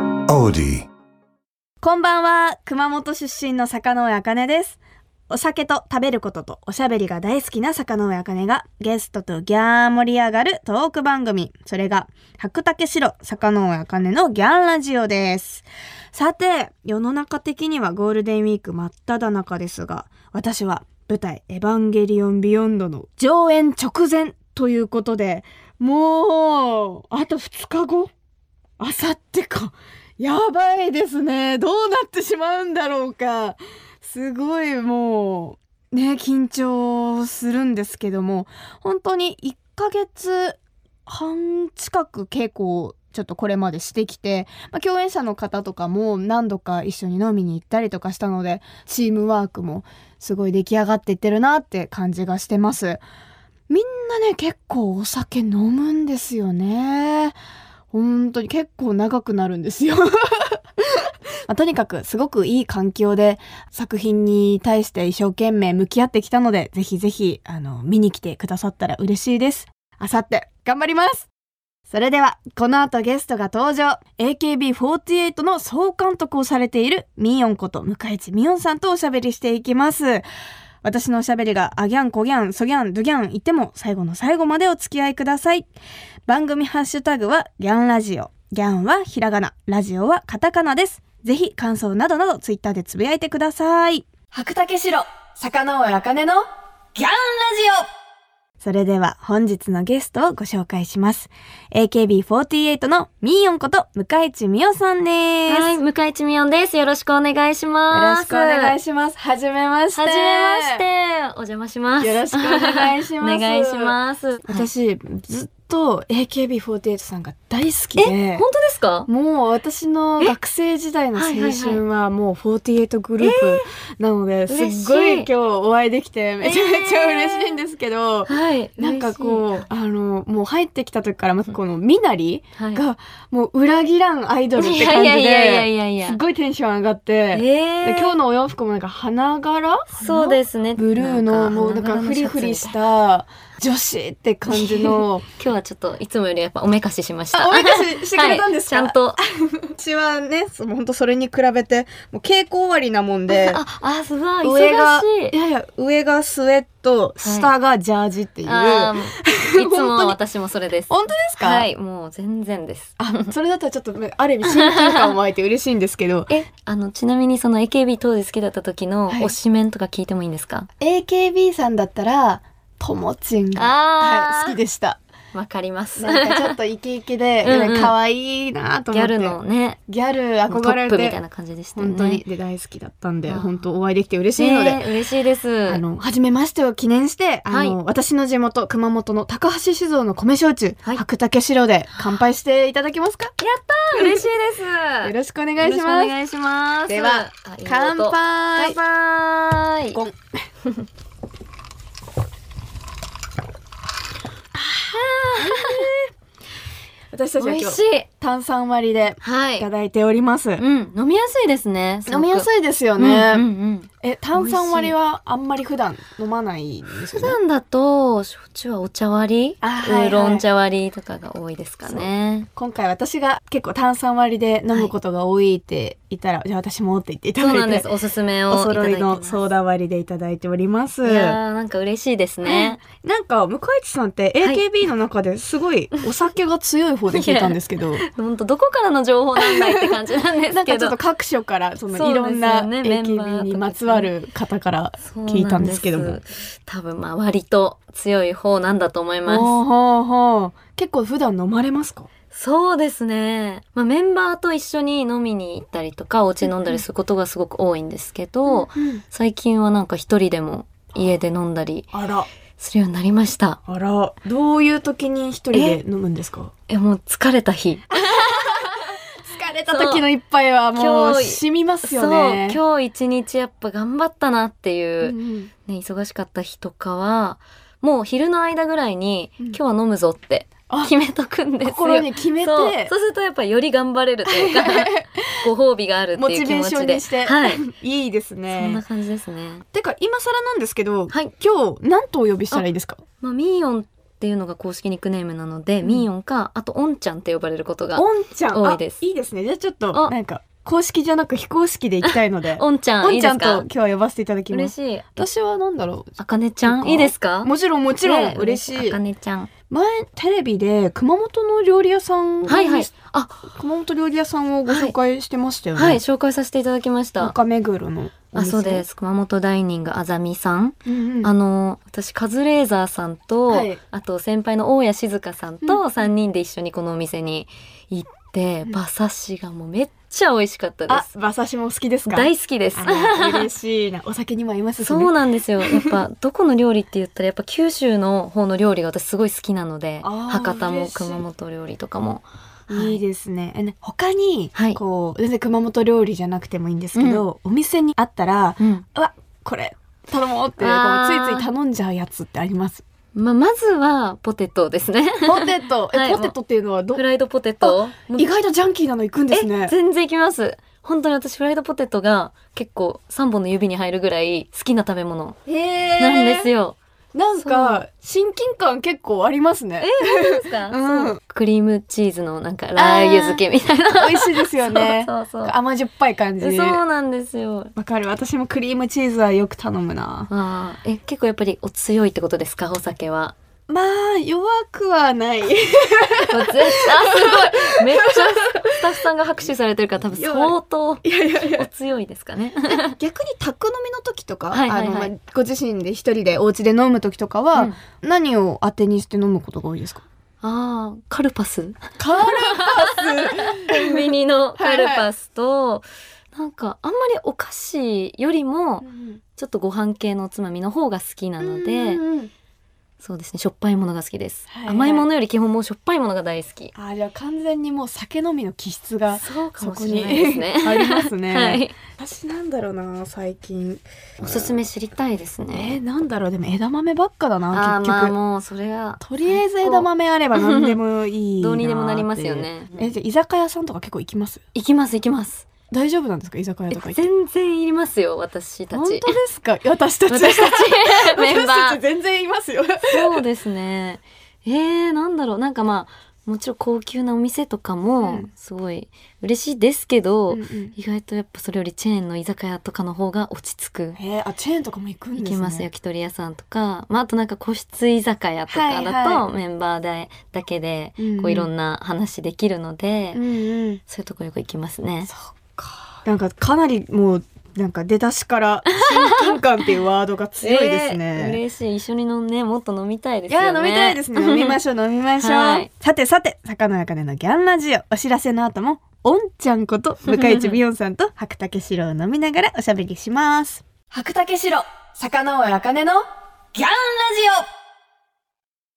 Melody. こんばんは、熊本出身の坂上茜です。お酒と食べることとおしゃべりが大好きな坂上茜がゲストとギャー盛り上がるトーク番組。それが、白竹城坂上茜のギャンラジオです。さて、世の中的にはゴールデンウィーク真っ只中ですが、私は舞台エヴァンゲリオンビヨンドの上演直前ということで、もう、あと2日後あさってか。やばいですね。どうなってしまうんだろうか。すごいもう、ね、緊張するんですけども、本当に1ヶ月半近く稽古をちょっとこれまでしてきて、まあ、共演者の方とかも何度か一緒に飲みに行ったりとかしたので、チームワークもすごい出来上がっていってるなって感じがしてます。みんなね、結構お酒飲むんですよね。本当に結構長くなるんですよ。 まあとにかくすごくいい環境で作品に対して一生懸命向き合ってきたので、ぜひぜひ、あの、見に来てくださったら嬉しいです。あさって、頑張りますそれでは、この後ゲストが登場。AKB48 の総監督をされているミーヨンこと向井地ミヨンさんとおしゃべりしていきます。私のおしゃべりがあギャンこギャンそギャンドギャン言っても最後の最後までお付き合いください番組ハッシュタグはギャンラジオギャンはひらがなラジオはカタカナですぜひ感想などなどツイッターでつぶやいてください白竹城坂上茜のギャンラジオそれでは本日のゲストをご紹介します AKB48 のみーよんこと向井地美桜さんです、はい、向井千美音です。よろしくお願いしよろましくす。お願いししますはじめましてはじめまして。お邪魔します。よろし くお願いしますお願いします。はい私ずっと AKB48 さんが大好きで本当ですかもう私の学生時代の青春はもう48グループなので、嬉しいすっごい今日お会いできてめちゃめちゃ嬉しいんですけど、はい。なんかこうあのもう入ってきた時からまずこのみなりう、はい、がもう裏切らんアイドルっていや感いじやいやいやいでやいや。すっごいテンション上がって、えでー、今日のお洋服もなんか花柄そうですね。ブルーのもうなんか花柄のフシリャツフリした女子って感じ の今日はちょっといつもよりやっぱおめかししました。あおめかししてくれたんですかはい、ちゃんと。私はねその本当それに比べてもう稽古終わりなもんであ、あ、すごい。上が忙しいい。やいや上がスウェット下がジャージっていう、 あーいつ本当もに私もそれです。本当ですか、はい、もう全然です。あそれだったらちょっとある意味親近感も湧いて嬉しいんですけ どえ、あの、ちなみにその AKB 当時好きだった時のはい推しメンとか聞いてもいいんですか、 AKB さんだったらともちんが、あはい、好きでしたす。わかります。ギなんかちょっとイケイケで うんうんなんか可愛いなと思ャってルのね、ギャルト憧れップみたいてな感じでしたよね。本当にで大好きだったんであー本当お会いできて嬉しいので、ねえ嬉しいです。あの、初めましてを記念して、あの、私の地元、熊本の高橋酒造の米焼酎、はい白竹白で乾杯していただけますか嬉しいです。よよろしくお願いしまろくおす。願いしま す。ではあ、乾杯乾杯ゴン私たち美は味今し日、い。炭酸割りではいたい。だいております。うん、飲みやすいですね。飲みやいすいですよよね。うんうんうんえ、炭酸割りはあんまり普段飲まないんです普よね。段だと、焼酎はお茶割り、あはいはいウーロン茶割りとかが多いですかね。今回私が結構炭酸割りで飲むことが多いっていたら、じゃあ私もって言っていただそういて。なんです。おすすめをおいた揃だいいてまのす。ソーダ割りでいただいております。いやーなんか嬉しいで すね。うんなんか向井地さんってはい AKB の中ですごいお酒が強い方で聞いたんですけど、本当どこからの情報なんだいって感じなんですけ ど。なんかちょっと各所からそのいろんなそうですよねメンバ AKB ーとかにまつわる方から聞いたんですけどそうなもん。です。多分まあ割と強い方なんだと思いまほうほうほう結構普段飲まれますかす。そうですね。まあメンバーと一緒に飲みに行ったりとか、お家で飲んだりすることがすごく多いんですけど、最近はなんか一人でも家で飲んだりあら、するようになりました。あら、どういう時に一人で飲むんですかえ、もう疲れた日。疲れた時の一杯はもう今日染みますそうよ、ね。今日一日やっぱ頑張ったなっていう。うんうんね、忙しかった日とかは、もう昼の間ぐらいに、うん今日は飲むぞってあ決めとくんですよ。心に決めて、そうそうするとやっぱより頑張れる というかご褒美があるってモいチう気ベー持ショちンでにして、はい、そい、いですんねな。感じですねてか今更なんですけど、はい今日何とお呼びしたらいいですかまあミーヨンっていうのが公式ニックネームなので、ミーヨンか、あと、オンちゃんって呼ばれることが。おんちゃん多あいですいいですねじゃあちょっとあなんか公式じゃなく非公式で行きたいのでオンちゃ ん、おいんいちでゃすんとか今日は呼ばせていただきま嬉すしい。私はなんだろうあかねちゃん、いいですかもちろんもちろん嬉しあいかねちゃん。前テレビで熊本の料理屋さんをはいはい。あ、熊本料理屋さんをご紹介してましたよね、はい、紹介させていただきました。中目黒のおあ、店そうで、す。熊本ダイニングあざみさん。うんうんあの、私、カズレーザーさんと、はいあと先輩の大谷静香さんうんと3人で一緒にこのお店に行っうて、ん馬刺しがもうめっちゃ美味しかったであす。馬刺しも好きですか大好きです。あら嬉しいなお酒にも合いますし、ね、そうなんですよ。やっぱ、どこの料理って言ったら、やっぱ九州の方の料理が私すごい好きなので、あー博多も嬉しい熊本料理とかも。はいいいですね。えね他に、はいこう、全然熊本料理じゃなくてもいいんですけど、お店にあったら、うん。うわ、これ、頼もうって、こうあついーつい頼んじゃうやつってあり ます。まあ、まずは、ポテトですね。ポテト、え、はいポテトっていうのはどフ、ライドポテト。もう意外とジャンキーなの行くんですねえ、。全然いきます。本当に私、フライドポテトが結構3本の指に入るぐらい好きな食べ物へえなんですよ。なんそか、親近感結構ありますね。そうですかうんそうクリームチーズのなんかラー油漬けみたいな。。美味しいですよねそうそうそう。甘じょっぱい感じ。そうわなんですよ。かる。私もクリームチーズはよく頼むな。あーえ結構やっぱりお強いってことですかお酒は。まあ、弱くは ない。もう絶対あすごいめっちゃスタッフさんが拍手されてるから多分相当いやいやいやお強いですかね。逆に宅飲みの時とか、はいはいあのはいまあご自身で一人でお家で飲む時とかは、うん何を当てにして飲むことが多いですか？あーカルパスカルコンビニのカルパスとなんかあんまりお菓子よりもちょっとご飯系のおつまみの方が好きなのでそうですねしょっぱいものが好きです、はいはい甘いものより基本もうしょっぱいものが大好きあじゃあ完全にもう酒飲みの気質がそうかそもこしれにないですね ありますね。はい私なんだろうな最近おすすめ知りたいですえーねなんだろうでも枝豆ばっかだなあ結ー局、まあもうそれがとりあえず枝豆あれば何でも いいなーっていうどうにでもなりますよ。ねえじゃあ居酒屋さんとか結構行きます？行きます行きます大丈夫なんですか居酒屋えとか行って？全然いりますよ私た本当ちですか 私たち私たちメンバ私たーち全然いますよ。そうですね。えー、なんだろう。なんかまあ、もちろん高級なお店とかうもん、すごい嬉しいですけど、うんうん意外とやっぱそれよりチェーンの居酒屋とかの方が落ち着く。へえあチェーンとかも行くんです行ね。きます焼き鳥屋さんとか、まあ、あとなんか個室居酒屋とかだはいとメンバーでだけでうんうんこういろんな話できるので、うんうん。そういうとこよく行きますね。そっか。なんかかなりもうなんか出だしから親近感っていうワードが強いです えーね。嬉しい一緒に飲んでもっと飲みたいでいすよね。や飲みたいです ね。飲みましょう飲みましょう。はいさてさて坂の茜のギャンラジオお知らせの後もおんちゃんこと向井地美音さんと白竹四郎を飲みながらおしゃべりします。白竹四郎坂の茜のギャンラジオ。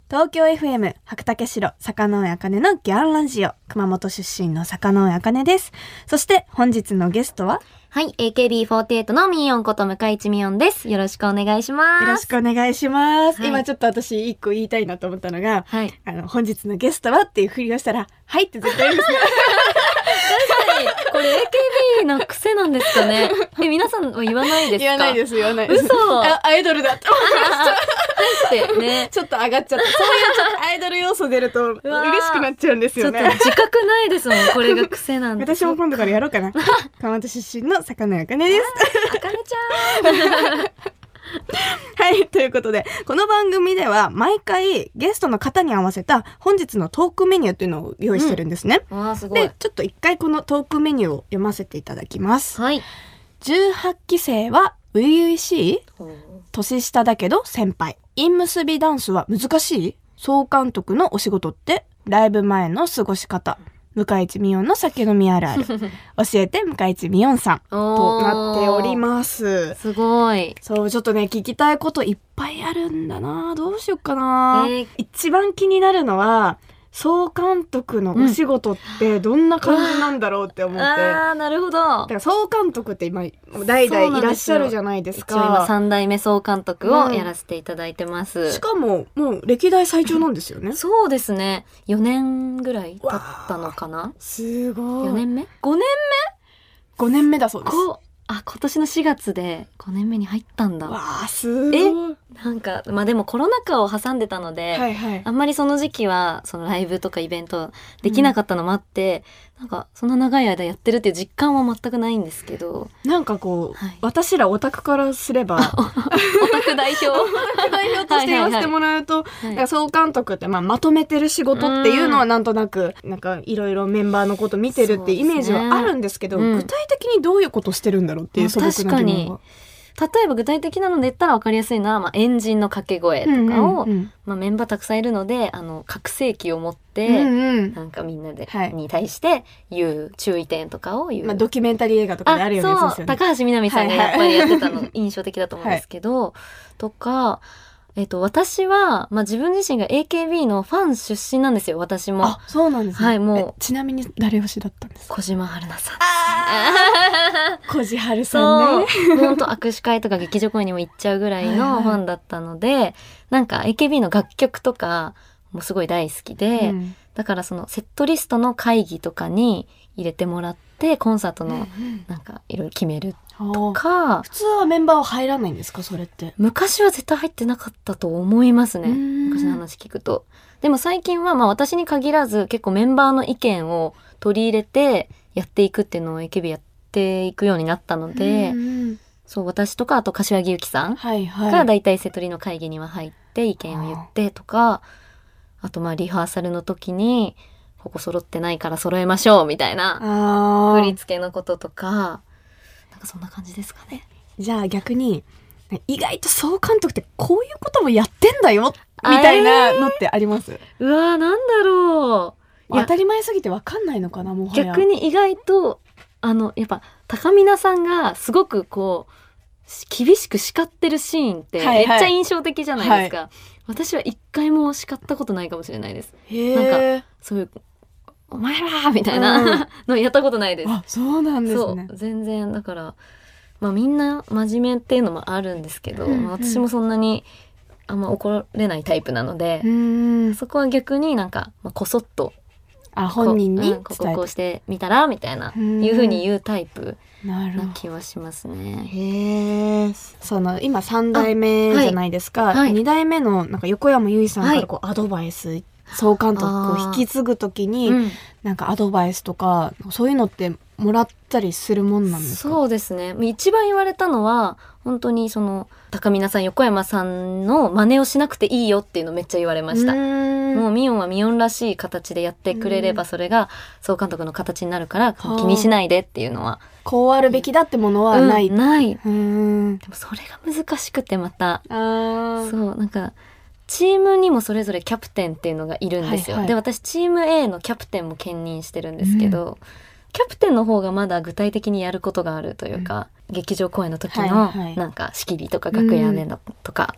東京 FM 白竹城坂上茜のギャンラジオ熊本出身の坂上茜ですそして本日のゲストははい、AKB48 のミーヨンこと向井地美音です。よろしくお願いします。よろしくお願いします、はい今ちょっと私一個言いたいなと思ったのがはい。あの本日のゲストはっていうふりをしたらはいって絶対言うんですねこれ AKB の癖なんですか ね。え、皆さんは言わないですか。言わないですす 言わないです嘘あアイドル だと思ってってね。ちょっと上がっちゃったそういうちょっとアイドル要素出る と嬉わーしくなっちゃうんですちょよっとね自覚ないですもん。これが癖なんで。私も今度からやろうか な熊本出身の坂上茜です あかねちはい、ということで、この番組では毎回ゲストの方に合わせた本日のトークメニューっていうのを用意してるんですね。ゃん。 わあ、すごいで。、ちょっと一回このトークメニューを読ませていただきます。はい。 18期生は初々しい年下だけど先輩。陰結びダンスは難しい総監督のお仕事ってライブ前の過ごし方。向井地美音の酒飲みあ るある。教えて向井地美音さん。となっております。す。すごい。そう、ちょっとね、聞きたいこといっぱいあるんだな。どうしよっかえな。ー一番気になるのは、総監督のお仕事ってどんな感じなんだろうって思って。だあー、なるほどか。ら総監督って今、代々いらっしゃるじゃないで一す応今か。三代目総監督をやらせていただいてます。しかも、もう歴代最長なんです よね。そうですね。4年ぐらい経ったのかなすごい。 ?4 年目 ?5 年5年目だそうです。こあ、今年の4月で5年目に入ったんだ。わあ、すごい。なんかまあでもコロナ禍を挟んでたので、はいはいあんまりその時期はそのライブとかイベントできなかったのもあって、なんかそんな長い間やってるっていう実感は全くないんですけどなんかこう、はい私らオタクからすれば オタク代表、は代表として言わせてもらうといなんか総監督って、まあ、まとめてる仕事っていうのはなんとなく、なんかいろいろメンバーのこと見てるっていうイメージはあるんですけどそうですねうん具体的にどういうことしてるんだろうっていう素朴確なか疑に問が。例えば具体的なので言ったら分かりやすいのは、まあ、エンジンの掛け声とかを、うんうんまあ、メンバーたくさんいるのであの拡声器を持っうんて、うんうんなんかみんなで、はいに対して言う注意点とかを言う。まあ、ドキュメンタリー映画とかであるようなやつですそうよね。高橋みなみさんがやっぱりやってたの 印象的だと思うんですけど、とか、えっと、私は、まあ、自分自身が AKB のファン出身なんですよ私もあそうなんですね。はいもうえちなみに誰推しだったんですか小島春菜さん。小路春さん そうね。本当握手会とか劇場公演にも行っちゃうぐらいのファンだったのでなんか AKB の楽曲とかもすごい大好きで、うんだからそのセットリストの会議とかに入れてもらってコンサートうんのなんかいろいろ決めるあーか普通はメンバーは入らないんですかそれって。昔は絶対入ってなかったと思いますねうーん昔の話聞くとでも最近はまあ私に限らず結構メンバーの意見を取り入れてやっていくっていうのを AKB やっていくようになったので、うんうんそう私とかあと柏木由紀さんはいはい。が大体セトリの会議には入って意見を言ってとかあとまあリハーサルの時にここ揃ってないから揃えましょうみたいなあ振ーり付けのこととかなんかそんな感じですかね。じゃあ逆に意外と総監督ってこういうこともやってんだよみたいなのってあります、うわーなんだろうい当やたり前すぎてわかんないのかなもはや逆に意外とあのやっぱ高見菜さんがすごくこうし厳しく叱ってるシーンってはめいっちはいゃ印象的じゃないですか。私は一回も叱ったことないかもしれないです。へえそういう「お前ら!」みたいなのやったことないです。あそうなんですねそう全然だから、まあ、みんな真面目っていうのもあるんですけど、うんうんまあ私もそんなにあんま怒れないタイプなのでう、ーんそこは逆になんか、まあ、こそっとあ本人にこ,、う伝んえこたここうしてみたらみたいな、うんいうふうに言うタイプなるなほど気はしますね。へえその今3代目じゃないですか、あはい2代目のなんか横山由依さんかはらいこうアドバイス、総監督を引き継ぐときに、うんなんかアドバイスとかそういうのってもらったりするもんなんですかそうですね一番言われたのは本当にその高見菜さん横山さんの真似をしなくていいよっていうのめっちゃ言われましたう。ーんもうミオンはミオンらしい形でやってくれれうばんそれが総監督の形になるからはあ気にしないでっていうのは、こうあるべきだってものはうんない。うないでーん。もそれが難しくてまたあーそうなんかチームにもそれぞれキャプテンっていうのがいるんですよ、はいはいで私チーム A のキャプテンも兼任してるんですけど、キャプテンの方がまだ具体的にやることがあるというか、劇場公演の時のはいはいなんか仕切りとか楽屋でのとか、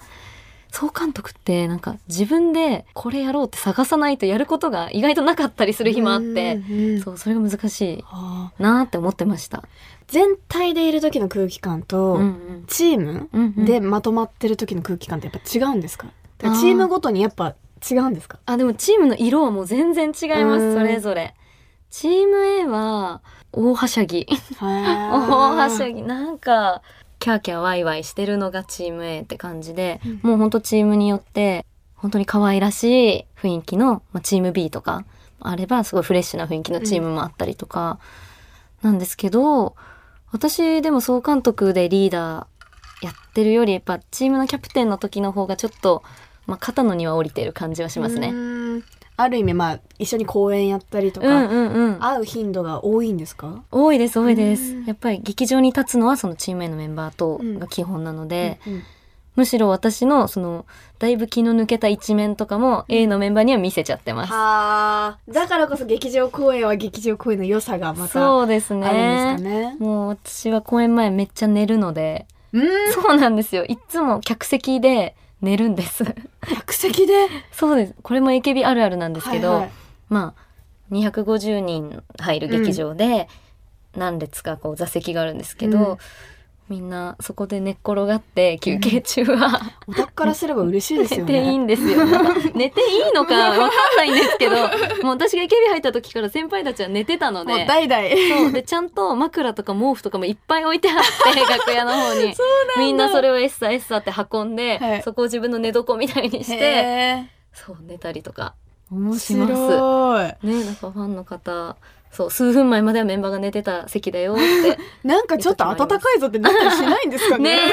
総監督ってなんか自分でこれやろうって探さないとやることが意外となかったりする日もあって、うんうんうんそうそれが難しいあーなーって思ってました。全体でいる時の空気感と、うんチームうんうんうんでまとまってる時の空気感ってやっぱ違うんですかあーチームごとにやっぱ違うんですかあでもチームの色はもう全然違いまうんすそれぞれ。チーム A は大はしゃぎ大はしゃぎ。ぎなんかキャーキャーワイワイしてるのがチーム A って感じで、うんもうほんとチームによって本当に可愛らしい雰囲気の、まあ、チーム B とかあればすごいフレッシュな雰囲気のチームもあったりとかなんですけど、私でも総監督でリーダーやってるよりやっぱチームのキャプテンの時の方がちょっと、まあ、肩の荷は降りてる感じはしますね。うーん。ある意味まあ一緒に公演やったりとうか、んうんうん、会う頻度が多いんですか多いです多いですうんやっぱり劇場に立つのはそのチームへのメンバーとうんが基本なので、うんうんむしろ私のそのだいぶ気の抜けた一面とかも A のメンバーには見せちゃってます、はあだからこそ劇場公演は劇場公演の良さがまたあそうでするんねですかね。もう私は公演前めっちゃ寝るの で、うんそうなんですよいつも客席で寝るんです 客席でそうですこれも AKB あるあるなんですけど、はいはいまあ250人入る劇場で何列かこう座席があるんですけど、みんなそこで寝っ転がって休憩中は、お宅からすれば嬉しいです寝よ ていね。いんですよ、寝ていいのかわかんないんですけどもう私が AKB 入った時から先輩たちは寝てたのもうで代々。そうでちゃんと枕とか毛布とかもいっぱい置いてあって 楽屋の方にみんなそれをエッサエッサって運んで、はいそこを自分の寝床みたいにしてへそう寝たりとかー、面します白い。ねなんかファンの方そう数分前まではメンバーが寝てた席だよってなんかちょっと暖かいぞってなったりしないんですかね ね。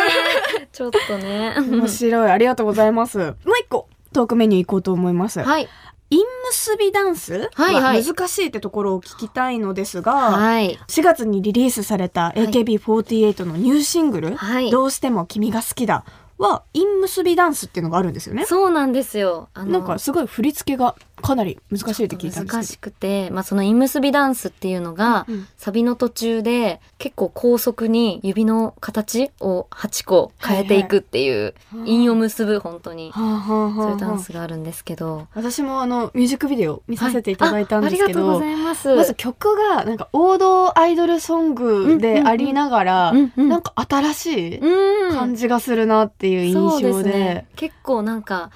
えちょっとね面白い。ありがとうございます。もう一個。トークメニュー行こうと思います。はいイン結びダンスはいははい難しいってところを聞きたいのですが、はい4月にリリースされたい AKB48 のニューシングル、はいどうしても君が好きだは、イン結びダンスっていうのがあるんですよね。そうなんですよあのなんかすごい振り付けがかなり難しいって聞いたん難ですしくて、まあ、その縁結びダンスっていうのが、けど。うんサビの途中で結構高速に指の形を8個変えていくっていう韻を結ぶ本当にはあはあはあそうはいうあダンスがあるんですけど私もあのミュージックビデオ見させていただいたんですけはいあど、ありがとうございますまず曲がなんか王道アイドルソングでありながら、うんうんなんか新しいうん感じがするなっていう印象で。そうですね、結構なんか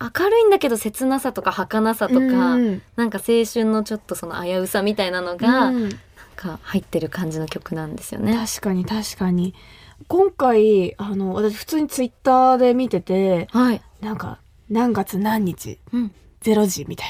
明るいんだけど切なさとか儚さとか、うんなんか青春のちょっとその危うさみたいなのが、なんうんか入ってる感じの曲なんですよね。確かに確かに今回あの私普通にツイッターで見ててはい、なんか何月何日うん、 0時みたい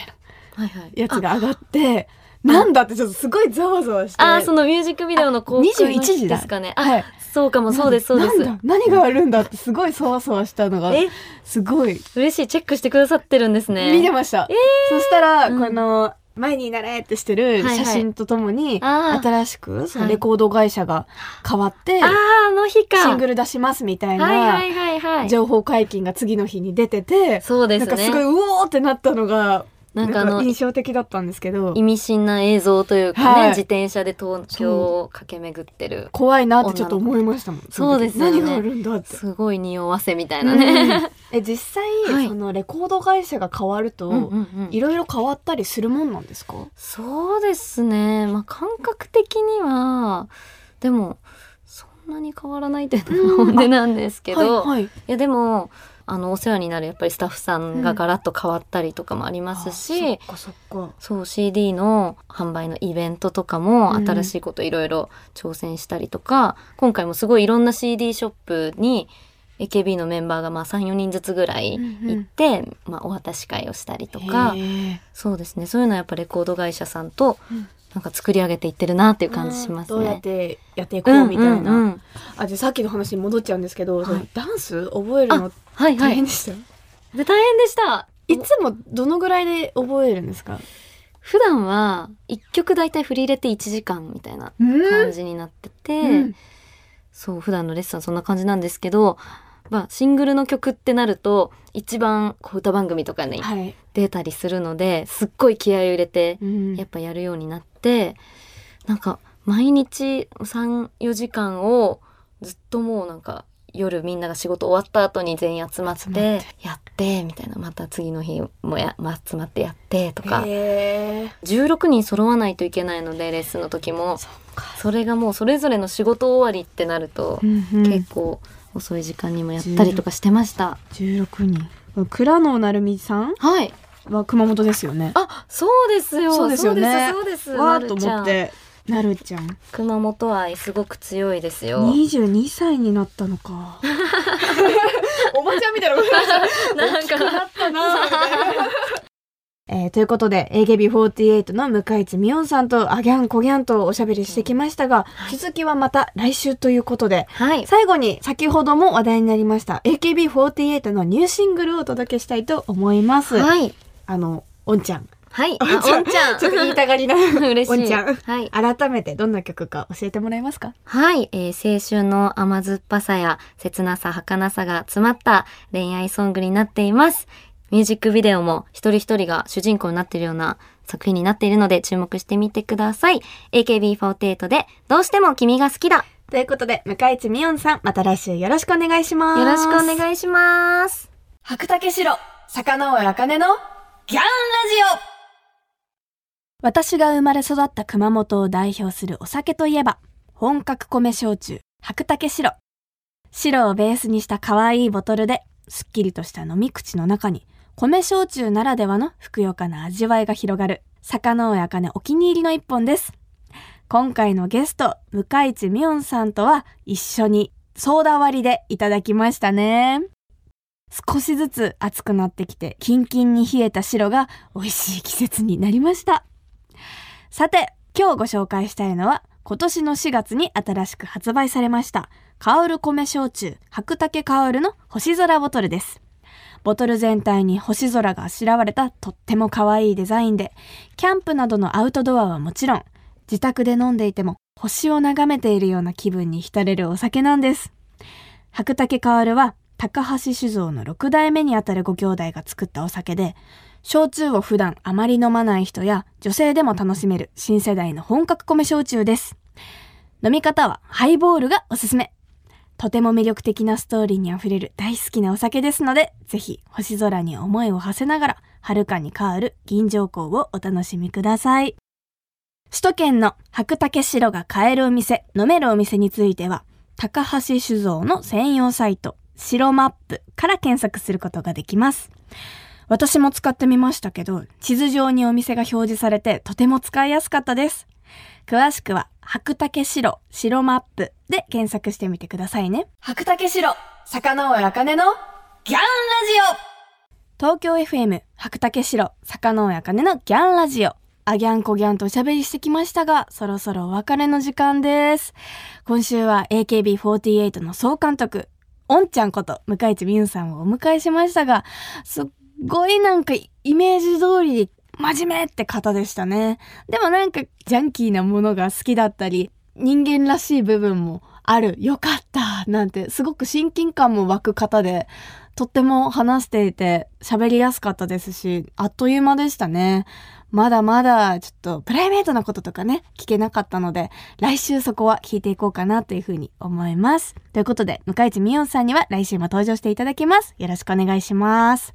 なはいはい。やつが上がってなんだってちょっとすごいざわざわしてあ。あーそのミュージックビデオの公開21の時日だですかね。あ、はい、そうかもそうですそうでなんす。だ何があるんだってすごいそわそわしたのがえすごい嬉しいチェックしてくださってるんですね。見てました、そしたら、うんこの前になれってしてる写真とともに、あー新しくそのレコード会社が変わって、あーあの日か。シングル出しますみたいはいはないはいはい。情報解禁が次の日に出てて、そうでなすんかすごいね。うおーってなったのがなんかあなんのか印象的だったんですけど意味深な映像というかね、はい自転車で東京を駆け巡ってる怖いなってちょっと思いましたもんの時そうですよね何があるんだって。すごい匂わせみたいなね。うんえ実際、はいそのレコード会社が変わると、 うんうんうんいろいろ変わったりするもんなんですかそうですね、まあ、感覚的にはでもそんなに変わらないというのうがん本音なんですけど、いはいはい、やでもあのお世話になるやっぱりスタッフさんがガラッと変わったりとかもありますし、あそっかそっかそう CD の販売のイベントとかも新しいこといろいろ挑戦したりとか、今回もすごいいろんな CD ショップに AKB のメンバーがまあ34人ずつぐらい行って、まあ、お渡し会をしたりとかへーそうですねそういうのはやっぱレコード会社さんとうんなんか作り上げていってるなっていう感じしますどね。うやってやっていこうんうみたいな、うんうんあじゃあさっきの話に戻っちゃうんですけど、いそのダンス覚えるのはいは大変いでした、で大変でしたい、つもどのぐらいで覚えるんですか普段は一曲大体振り入れて1時間みたいな感じになってて、うんそう普段のレッスンはそんな感じなんですけど、まあ、シングルの曲ってなると一番こう歌番組とかにはい、出たりするのですっごい気合を入れてうんやっぱやるようになってなんか毎日34時間をずっともうなんか夜みんなが仕事終わった後に全員集まっ集まってやってみたいなまた次の日もや、まあ集まってやってとかへー16人揃わないといけないのでレッスンの時もそっか、それがもうそれぞれの仕事終わりってなると結結構遅い時間にもやったりとかしてました。構16人倉野成美さんはいは熊本ですよねあそうですよそうですよねそうですそうですわなーるとちゃん思ってなるちゃん熊本愛すごく強いですよ。 22歳になったのか おばちゃんみたいななんか、あったな えーということで AKB48 の向井地美音さんとあギャンコギャンとおしゃべりしてきましたが、続きはまた来週ということではい。最後に先ほども話題になりました AKB48 のニューシングルをお届けしたいと思います。はい。あのおんちゃんはい。あ、おんちゃん。ちょっと言いたがりな 嬉おしい。んちゃんはい。改めてどんな曲か教えてもらえますかはい、えー青春の甘酸っぱさや切なさ、儚さが詰まった恋愛ソングになっています。ミュージックビデオも一人一人が主人公になっているような作品になっているので注目してみてください。AKB48 でどうしても君が好きだ。ということで向井地美音さんまた来週よろしくお願いします。よろしくお願いします。白竹城、坂上茜のギャンラジオ私が生まれ育った熊本を代表するお酒といえば、本格米焼酎、白竹城。白をベースにした可愛いボトルで、すっきりとした飲み口の中に、米焼酎ならではのふくよかな味わいが広がる、坂上茜お気に入りの一本です。今回のゲスト、向井地美音さんとは一緒にソーダ割りでいただきましたね。少しずつ暑くなってきて、キンキンに冷えた白が美味しい季節になりました。さて、今日ご紹介したいのは、今年の4月に新しく発売されました、香る米焼酎、白竹香るの星空ボトルです。ボトル全体に星空があしらわれたとっても可愛いデザインで、キャンプなどのアウトドアはもちろん、自宅で飲んでいても星を眺めているような気分に浸れるお酒なんです。白竹薫は高橋酒造の6代目にあたるご兄弟が作ったお酒で、焼酎を普段あまり飲まない人や女性でも楽しめる新世代の本格米焼酎です。飲み方はハイボールがおすすめ。とても魅力的なストーリーにあふれる大好きなお酒ですので、ぜひ星空に思いを馳せながら、遥かに香る銀条港をお楽しみください。首都圏の白竹城が買えるお店、飲めるお店については、高橋酒造の専用サイト、白マップから検索することができます。私も使ってみましたけど、地図上にお店が表示されてとても使いやすかったです。詳しくは、白竹城、白マップで検索してみてくださいね。白竹城、坂上茜のギャンラジオ東京 FM 白竹城坂上茜のギャンラジオあギャンコギャンとおしゃべりしてきましたがそろそろお別れの時間です今週は AKB48 の総監督おんちゃんこと向井地美優さんをお迎えしましたがすっごいなんかイメージ通り真面目って方でしたねでもなんかジャンキーなものが好きだったり人間らしい部分もあるよかったなんてすごく親近感も湧く方でとっても話していて喋りやすかったですしあっという間でしたねまだまだちょっとプライベートなこととかね聞けなかったので来週そこは聞いていこうかなというふうに思いますということで向井地美音さんには来週も登場していただきますよろしくお願いします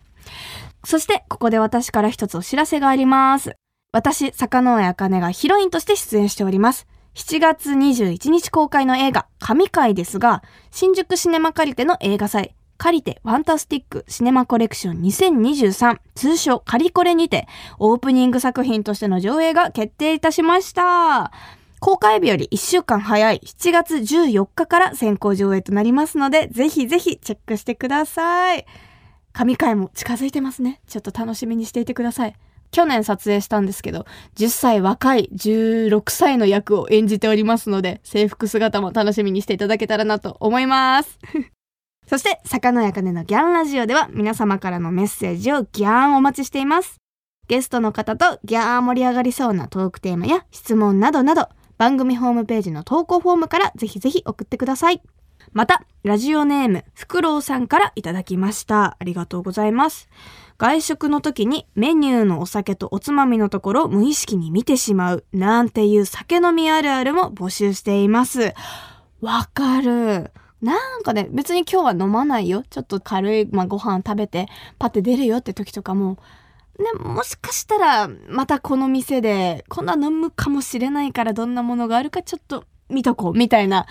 そしてここで私から一つお知らせがあります私坂上茜がヒロインとして出演しております7月21日公開の映画「神回」ですが新宿シネマ借りての映画祭借りてファンタスティックシネマコレクション2023通称カリコレにてオープニング作品としての上映が決定いたしました。公開日より1週間早い7月14日から先行上映となりますので、ぜひぜひチェックしてください。神回も近づいてますね。ちょっと楽しみにしていてください。去年撮影したんですけど、10歳若い16歳の役を演じておりますので、制服姿も楽しみにしていただけたらなと思います。 そして、坂のやかねのギャンラジオでは皆様からのメッセージをギャーンお待ちしています。ゲストの方とギャーン盛り上がりそうなトークテーマや質問などなど、番組ホームページの投稿フォームからぜひぜひ送ってください。また、ラジオネーム、ふくろうさんからいただきました。ありがとうございます。外食の時にメニューのお酒とおつまみのところを無意識に見てしまうなんていう酒飲みあるあるも募集しています。わかる。なんかね、別に今日は飲まないよ。ちょっと軽い、まあ、ご飯食べて、パッて出るよって時とかも、ね、もしかしたら、またこの店で、今度は飲むかもしれないから、どんなものがあるかちょっと見とこう、みたいな、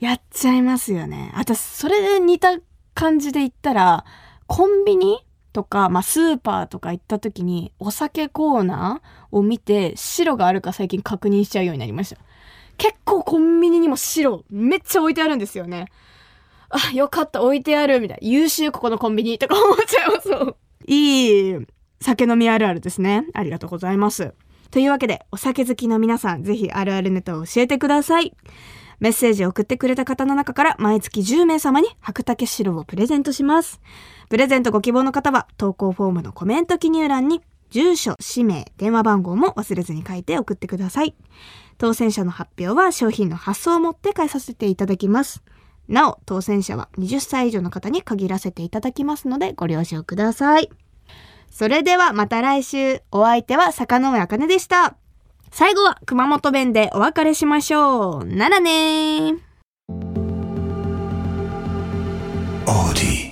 やっちゃいますよね。私、それで似た感じで言ったら、コンビニとか、まあ、スーパーとか行った時に、お酒コーナーを見て、白があるか最近確認しちゃうようになりました。結構コンビニにも白、めっちゃ置いてあるんですよね。あ、よかった、置いてある、みたいな。優秀、ここのコンビニとか思っちゃいますもん。いい酒飲みあるあるですね。ありがとうございます。というわけで、お酒好きの皆さん、ぜひあるあるネタを教えてください。メッセージを送ってくれた方の中から毎月10名様に白竹白をプレゼントします。プレゼントご希望の方は投稿フォームのコメント記入欄に住所、氏名、電話番号も忘れずに書いて送ってください。当選者の発表は商品の発送をもって返させていただきます。なお、当選者は20歳以上の方に限らせていただきますのでご了承ください。それではまた来週、お相手は坂上茜でした。最後は熊本弁でお別れしましょう。ならねー。オーディ